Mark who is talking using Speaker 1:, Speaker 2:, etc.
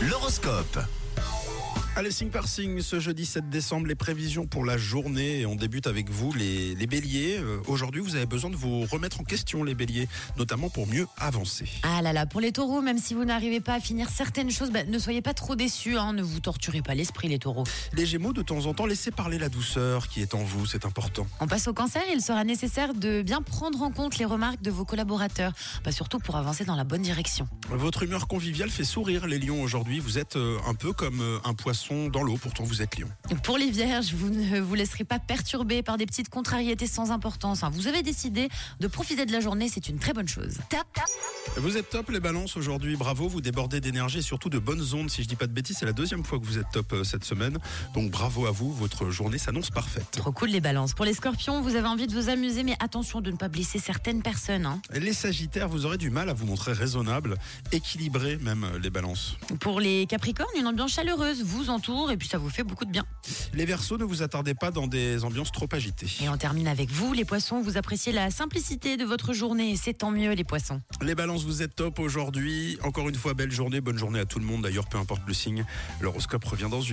Speaker 1: L'horoscope. Allez, signe par signe, ce jeudi 7 décembre, les prévisions pour la journée. Et On débute avec vous, les, les béliers. Euh, Aujourd'hui, vous avez besoin de vous remettre en question, les béliers, notamment pour mieux avancer.
Speaker 2: Ah là là, pour les taureaux, même si vous n'arrivez pas à finir certaines choses, bah, ne soyez pas trop déçus, hein, ne vous torturez pas l'esprit les taureaux.
Speaker 1: Les gémeaux, de temps en temps, laissez parler la douceur qui est en vous, c'est important.
Speaker 2: On passe au cancer, il sera nécessaire de bien prendre en compte les remarques de vos collaborateurs, bah, surtout pour avancer dans la bonne direction.
Speaker 1: Votre humeur conviviale fait sourire les lions aujourd'hui. Vous êtes euh, un peu comme euh, un poisson dans l'eau, pourtant vous êtes lion.
Speaker 2: Pour les vierges, vous ne vous laisserez pas perturber par des petites contrariétés sans importance. hein. Vous avez décidé de profiter de la journée, c'est une très bonne chose. Tap, tap.
Speaker 1: Vous êtes top les balances aujourd'hui, bravo, vous débordez d'énergie et surtout de bonnes ondes. Si je dis pas de bêtises, c'est la deuxième fois que vous êtes top euh, cette semaine. Donc bravo à vous, votre journée s'annonce parfaite.
Speaker 2: Trop cool les balances. Pour les scorpions, vous avez envie de vous amuser, mais attention de ne pas blesser certaines personnes. hein.
Speaker 1: Les sagittaires, vous aurez du mal à vous montrer raisonnable, équilibré même euh, les balances.
Speaker 2: Pour les capricornes, une ambiance chaleureuse vous entoure et puis ça vous fait beaucoup de bien.
Speaker 1: Les versos, ne vous attardez pas dans des ambiances trop agitées.
Speaker 2: Et on termine avec vous, les poissons, vous appréciez la simplicité de votre journée et c'est tant mieux les poissons.
Speaker 1: Les balances, vous êtes top aujourd'hui. Encore une fois, belle journée, bonne journée à tout le monde d'ailleurs, peu importe le signe. L'horoscope revient dans une